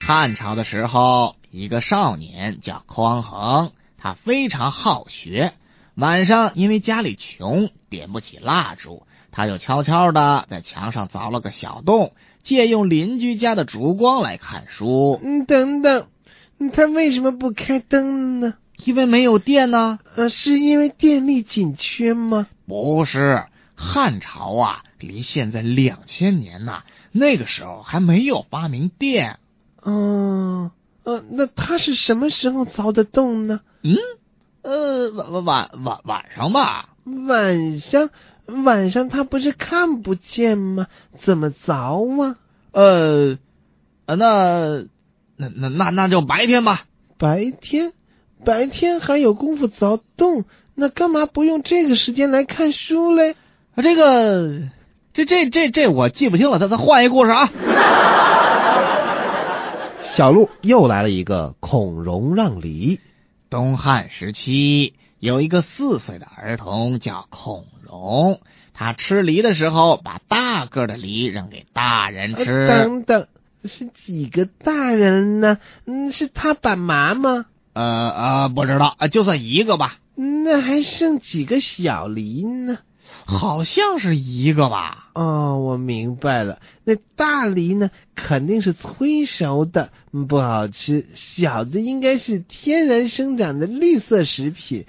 汉朝的时候，一个少年叫匡衡，他非常好学。晚上因为家里穷，点不起蜡烛，他就悄悄的在墙上凿了个小洞，借用邻居家的烛光来看书。嗯，等等，嗯他为什么不开灯呢？因为没有电呢？呃，是因为电力紧缺吗？不是，汉朝啊，离现在两千年呐、那个时候还没有发明电。嗯，呃，那他是什么时候凿的洞呢？嗯，呃，晚晚晚晚上吧，晚上，晚上他不是看不见吗？怎么凿啊？呃，呃那那那那那就白天吧。白天，白天还有功夫凿洞，那干嘛不用这个时间来看书嘞？啊这个，这这这这我记不清了，咱咱换一故事啊。小鹿又来了一个孔融让梨，东汉时期，有一个四岁的儿童叫孔融，他吃梨的时候把大个儿的梨扔给大人呃吃。等等，是几个大人呢？嗯，是他爸妈吗？嗯呃呃，不知道，呃就算一个吧，那还剩几个小梨呢？好像是一个吧。哦，我明白了，那大梨呢，肯定是催熟的，嗯不好吃；小的应该是天然生长的绿色食品。